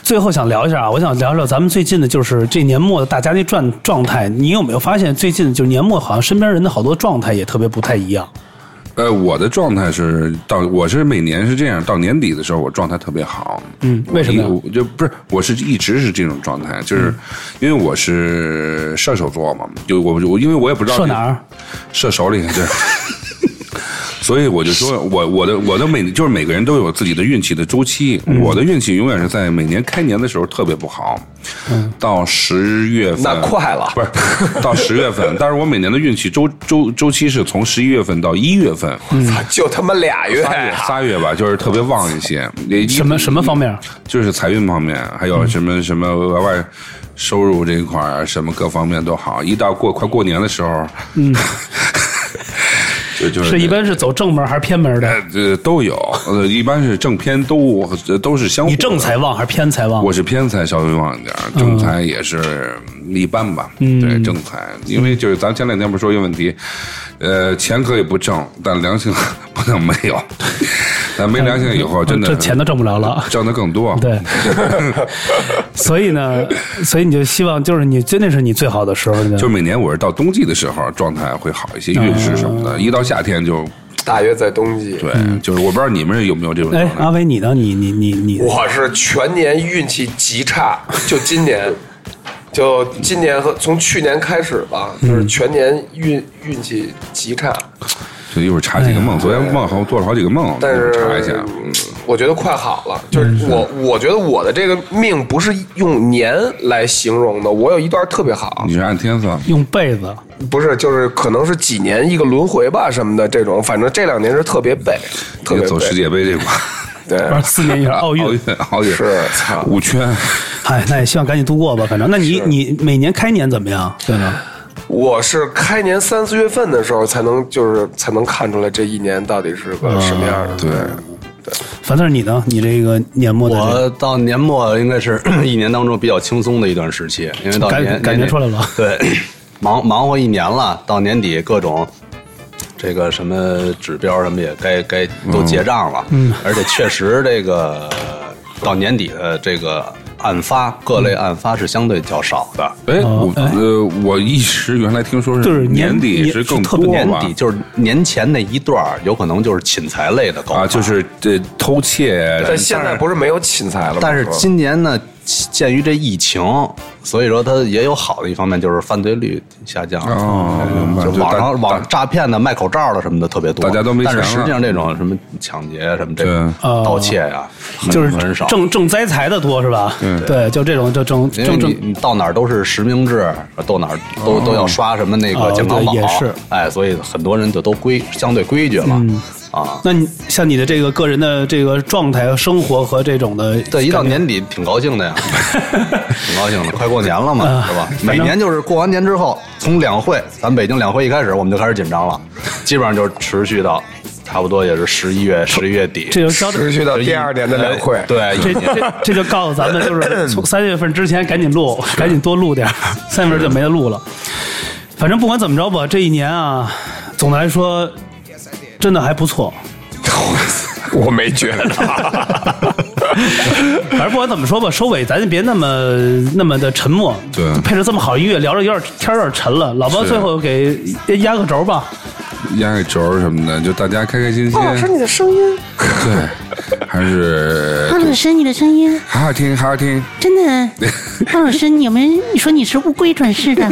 最后想聊一下啊，我想聊聊咱们最近的，就是这年末的大家的状状态。你有没有发现最近就是年末，好像身边人的好多状态也特别不太一样？呃，我的状态是到我是每年是这样，到年底的时候我状态特别好。嗯我为什么呀嗯一我就不是，我是一直是这种状态，就是、因为我是射手座嘛，就我我因为我也不知道射这哪儿？射手里 对。所以我就说，我我的我的每就是每个人都有自己的运气的周期，嗯我的运气永远是在每年开年的时候特别不好，嗯到十月份那快了不是到十月份， 但是我每年的运气周周周期是从十一月份到一月份，嗯就 他妈俩月仨月啊仨月吧，就是特别旺一些。也什么什么方面？就是财运方面，还有什嗯么什么额外收入这一块儿，啊什么各方面都好。一到过快过年的时候，嗯， 就就是一般是走正门还是偏门的？呃都有，呃一般是正偏都呃都是相互。你啊正财旺还是偏财旺我？是偏财稍微旺一点儿，正财也是嗯一般吧。嗯对，正财，因为就是咱前两天不是说一个问题，呃，钱可以不挣，但良心 不能没有。咱没良心以后，真的这钱都嗯挣不了了。挣的更多。 对，所以呢，所以你就希望就是你真的是你最好的时候呢，就每年我是到冬季的时候状态会好一些，运势什嗯么的。一到夏天就 大约在冬季。对，就是我不知道你们有没有这种哎状，态阿。伟，你呢？你你你你，我是全年运气极差，就今年，就今年和从去年开始吧，就是全年运运气极差。就一会儿查几个哎梦，昨天梦好做了好几个梦，但是一会儿查一下。嗯我觉得快好了，嗯就是我，我觉得我的这个命不是用年来形容的，我有一段特别好你，是按天算吗？用被子，不是，就是可能是几年一个轮回吧什么的这种，反正这两年是特别背，特你别走世背，界杯这块儿，对，玩四 年以上奥奥运运，，奥运是操五圈。哎，那也希望赶紧度过吧。反正，那你你每年开年怎么样？对吗？我是开年三四月份的时候才能，就是才能看出来这一年到底是个什么样的。对，樊子，你呢？你这个年末的这个我到年末应该是一年当中比较轻松的一段时期，因为到感年感觉年底出来了对， 忙忙活一年了，到年底各种这个什么指标什么也该该都结账了，嗯，而且确实这个到年底的这个案发各类嗯案发是相对较少的，哎，我呃，我一直原来听说哦就是是年底年是更特别多年吧底？就是年前那一段儿有可能就是侵财类的高啊，发就是这偷窃，但现在不是没有寝材了吗？但是吧今年呢，鉴于这疫情，所以说它也有好的一方面，就是犯罪率下降。嗯哦明白就就网大上大网诈骗的、卖口罩的什么的特别多，大家都没钱但了是实际上这种什么抢劫什么这种对哦盗窃呀，很就是很少。嗯挣挣灾财的多是吧？对，就这种就挣因为挣你挣。你到哪儿都是实名制，到哪儿哦都都要刷什么那哦个健康宝，对也是嗯哎，所以很多人就都规相对规矩了啊。那你像你的这个个人的这个状态、生活和这种的，对，一到年底挺高兴 的呀，挺高兴的，快过年了嘛，是吧？呃反每正年就是过完年之后，从两会，咱北京两会一开始，我们就开始 紧张了，基本上就是持续到差不多也是十一月、十一月底。这就交代。持续到第二年的两会，哎， 对，这这这就告诉咱们， 就是从三月份之前赶紧录，赶紧多录点 儿，三月份就没得录了。反正不管怎么着吧，这一年啊，总的来说真的还不错。我没觉得。 反正不管怎么说吧，收尾咱就别那么那么的沉默。对配着这么好音乐，聊着有点天儿有点沉了。老包是最后给压个轴 吧。压个轴什么的，就大家开开心心。老师，你的声音，对，还是胖老师，你的声音好好听，好好听。真的，胖老师，你有没有？你说你是乌龟转世的，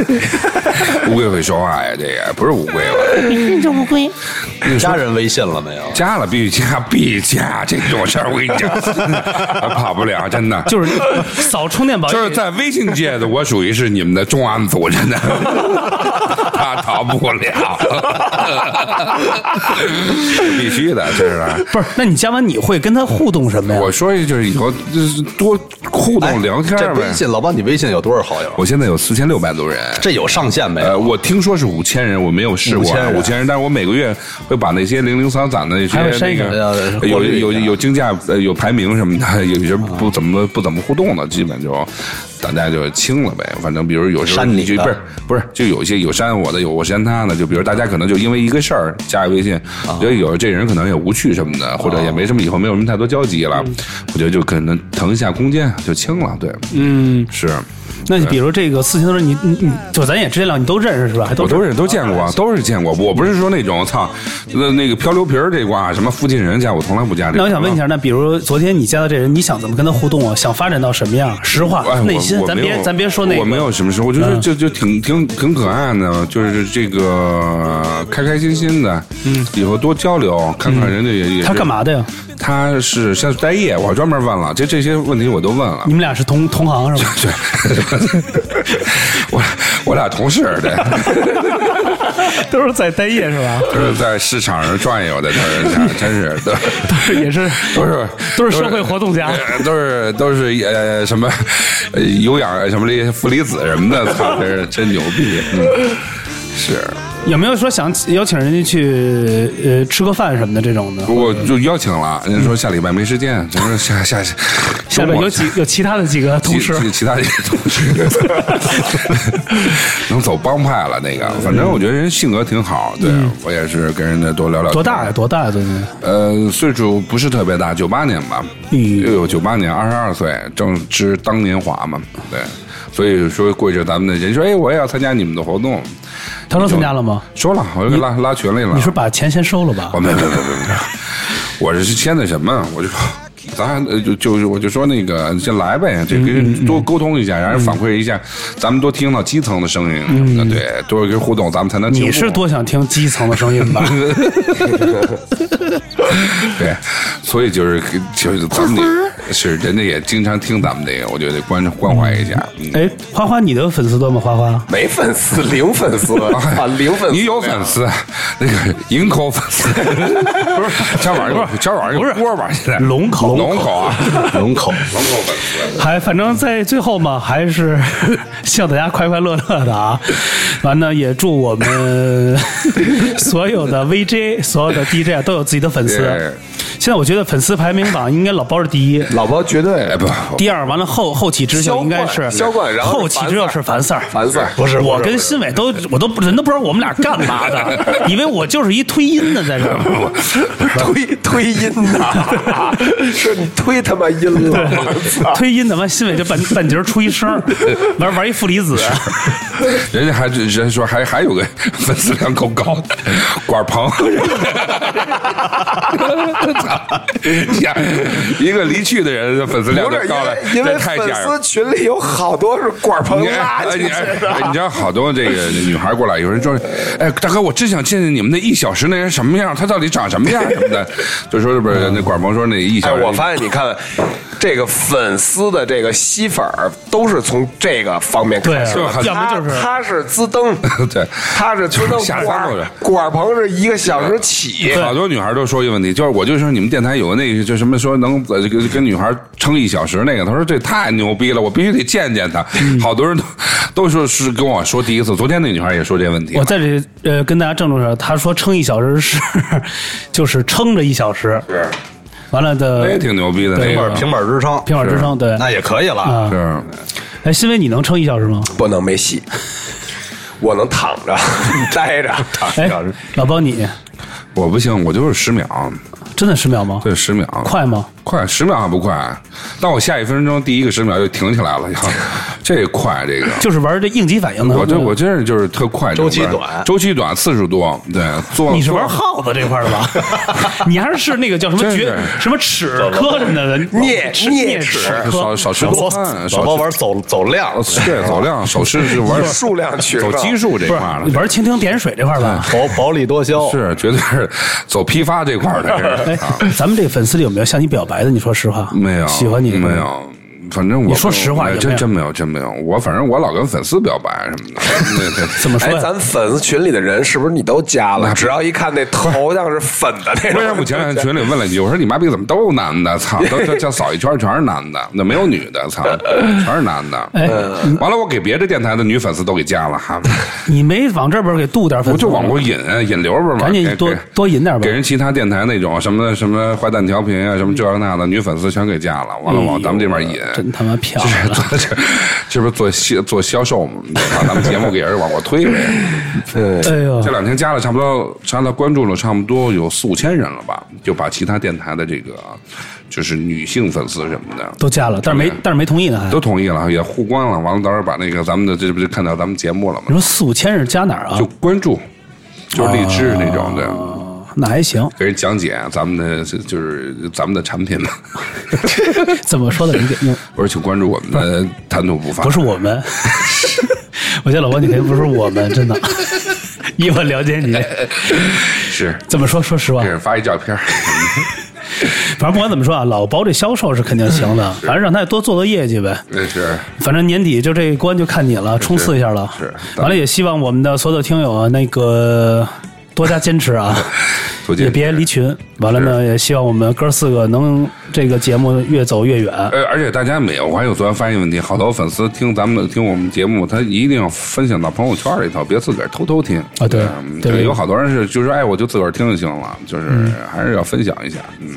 乌龟会说话呀，这个不是乌龟吧？你是一只乌龟。家人微信了没有？加了必须加，必加这种事儿，我跟你讲， 还跑不了，真的。就是扫充电宝，就是在微信界的，我属于是你们的重案组，真的。 他逃不了， 必须的，这是。不是，那你加完你会跟他互动什么呀？我说一句，就是以后就是多互动聊天哎这呗微。信，老包，你微信有多少好友？我现在有四千六百多人，这有上限没有？呃，我听说是五千人，我没有试过啊5000人啊五千人，但是我每个月会把那些零零散散的那些还会筛那选个呃过有滤一下啊有有竞价呃有排名什么的，有些不怎么不怎么互动的，基本就大家就清了呗。反正比如有时候删你就的不是不是，就有一些有删我的，有我删他的，就比如大家可能就因为一个事儿加个微信，啊觉得有这人可能也无趣什么的，或者也没什么以后没有什么太多交集了，嗯我觉得就可能腾一下空间就清了，对，嗯，是。那你比如这个四千多人，你你你就咱也直截了，你都认识是吧？啊还都我认都认都见过，都是见过。我不是说那种操，那那个漂流瓶儿这挂，什么附近人家，我从来不加这个。啊那我想问一下，那比如昨天你加的这人，你想怎么跟他互动啊？想发展到什么样？实话哎，，内我心，我咱没有别咱别说那个，嗯我没有什么事，我就是就就挺挺挺可爱的，就是这个开开心心的，嗯，以后多交流，看看人家也也。嗯他干？嘛的呀？他是像待业，我专门问了，这这些问题我都问了 你。们俩是同同行是吧？对，我我俩同事对。都是在待业是吧？都是在市场上转悠的，都是真是都 是也是都是都是社会活动家呃都是都是呃什么呃有氧什么这些负离子什么的，操，真是真牛逼，嗯是。有没有说想邀请人家去呃吃个饭什么的这种的？我就邀请了，人家说下礼拜没时间，咱说下下下下边有几 有其他的几个同其事，其其他的同事 能走帮派了那个，反正我觉得人性格挺好，对我也是跟人家多聊聊。嗯多大呀？？多大呀？最近呃，岁数不是特别大，九八年吧，嗯又有九八年，二十二岁，正值当年华嘛，对，所以说跪着咱们的人说，哎，我也要参加你们的活动，他说参加了吗？说了，我就给拉拉群里了。你说把钱先收了吧我？没没没没没，我这是签的什么？我就说。咱呃就就我就说那个先来呗，这跟嗯人多沟通一下，让人反馈一下，咱们多听到基层的声音什么的，对，多跟互动，咱们才能进嗯你步是多想听基层的声 音吧？对，所以就是就是咱们得是人家也经常听咱们这个，我觉得关关怀一下。嗯哎，花花，你的粉丝多吗？花花， 没粉丝，零粉丝啊，零粉丝。 你有粉丝，那个营口粉丝， 不是今儿晚上今儿晚上有锅吧？现在龙口龙口啊，龙口，龙口粉丝。还哎反正在最后嘛，还是 希望大家快快乐乐的啊！完呢，也祝我们 所有的 VJ、所有的 DJ 啊都有自己的粉丝对。现在我觉得粉丝排名榜应该老包是第一，老包绝对哎不，第二完了后后起之秀应该是销冠然后后起之秀是樊四儿。凡事 儿不是我不是跟新伟都我都人都不知道我们俩干嘛的，以为我就是一推音的在这儿。推推音呐，说你推他妈音了，我操！推音的完，新伟就半半截儿出一声儿，玩玩一负离子。人家还人家说还还有个 粉丝量够高的，管鹏， 操呀，一个离去的人粉丝量不就是因高了为，因为 这太吓粉人了丝群里有好多是管棚你拉哎进你去 哎你的，知道好多这个女孩过来，有人说，哎，大哥，我真想见见你们那一小时那人什么样，他到底长什么样什么的， 就说是不是那管鹏说那一哎，小时，我发现你看，这个粉丝的这个吸粉儿都是从这个方面开始对的啊，要他么就是他是滋 登，对他是滋登就是瞎管耽误着管棚是一个小时起，好多女孩都说一个问题，就是我就说你们电台有个那个就什么说能呃跟跟女孩撑一小时那个，他说这太牛逼了，我必须得见见她。嗯好多人都都说是跟我说第一次，昨天那女孩也说这问题 我，在这呃跟大家郑重说，他说撑一小时是就是撑着一小时，是 哎完了那的也哎挺牛逼的那对个，平板支撑，平板支撑对。那也可以了。啊，是哎，新伟，你能撑一小时吗？不能没戏，我能躺着 待着，哎，老包你我不行，我就是十秒，真的十秒吗？对，十秒，快吗？快十秒还不快，但我下一分钟第一个十秒就停起来了，这也快这个。就是玩这应急反应的。我这我真是就是特快，周期这个玩意儿短周期短，次数多，对，做你是做玩耗子这块儿的 吧？你还是是那个叫什么真是绝什么齿科什么的啮齿啮啮齿科少。少吃多嗯饭，老少包吃玩走走量，对走量，少吃是玩数量取走胜基数这不块儿是你了。玩蜻蜓点水这块儿嗯吧？薄薄利多销，是，绝对是走批发这块儿的。哎是啊，咱们这粉丝里有没有向你表白的？你说实话，没有，喜欢你的没有，反正我你说实话哎有没有真真没有真没有，我反正我老跟粉丝表白什 么的，那那怎么说哎，呀？咱粉丝群里的人是不是你都加了？只要一看那头像是粉的那为啥种，我前两天群里问了一句，我说你妈逼怎么都是男的？操，都叫叫扫一圈全是男的，那没有女的，操，全是男的。哎完了，我给别的电台的女粉丝都给加了，哈，你没往这边给渡点粉我丝就吗，往过引啊引流边嘛，赶紧给多给多引点吧给。人其他电台那种什么什么坏蛋调频啊，什么这那的女粉丝全给加了，完了往咱们这边引，哎真他妈漂这 亮！这这这不是做销做销售嘛，把咱们节目给人往过推呗。哎呦这，两天加了差不多，加了关注了差不多有四五千人了吧，就把其他电台的这个啊就是女性粉丝什么的都加了，但是没但是没同意呢，还都同意了，也互关了。完了，到时候把那个咱们的这不就看到咱们节目了你吗？说四五千是加哪儿啊就？关注，就是励志那种的。哦那还行，给人讲解咱们的就是咱们的产 品嘛， 怎么说的？你给你我说请关注我们的谈吐不凡，不是我 们，我觉得老王你肯定不是我们，真的。以我了解你，是怎么说？说实话给，人发一照片儿，啊反正不管怎么说啊，老包这销售是肯定行的，反正让他多做做业绩呗。那 是反正年底就这一关就看你了，冲刺一下了。是完了也希望我们的所有听友啊，那个多加坚持啊， 多坚持也别离群。完了呢，也希望我们哥四个能这个节目越走越远。呃，而且大家没有，我还有昨天发现问题，好多粉丝听咱们的听我们节目，他一定要分享到朋友圈里头，别自个儿偷偷听啊对嗯对嗯有好多人是就是哎，我就自个儿听就行了，就是、还是要分享一下，嗯，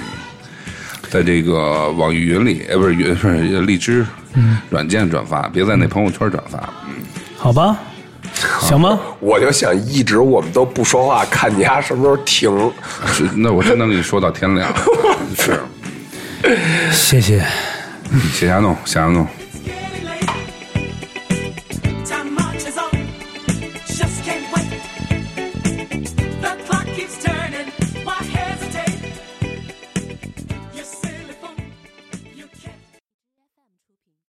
在这个网易云里，呃，不是云是荔枝，嗯软件转发，别在那朋友圈转发，嗯，好吧，行吗？我就想一直我们都不说话，看你丫什么时候停。是那我真能给你说到 天亮，是，谢谢。写下弄，写下弄，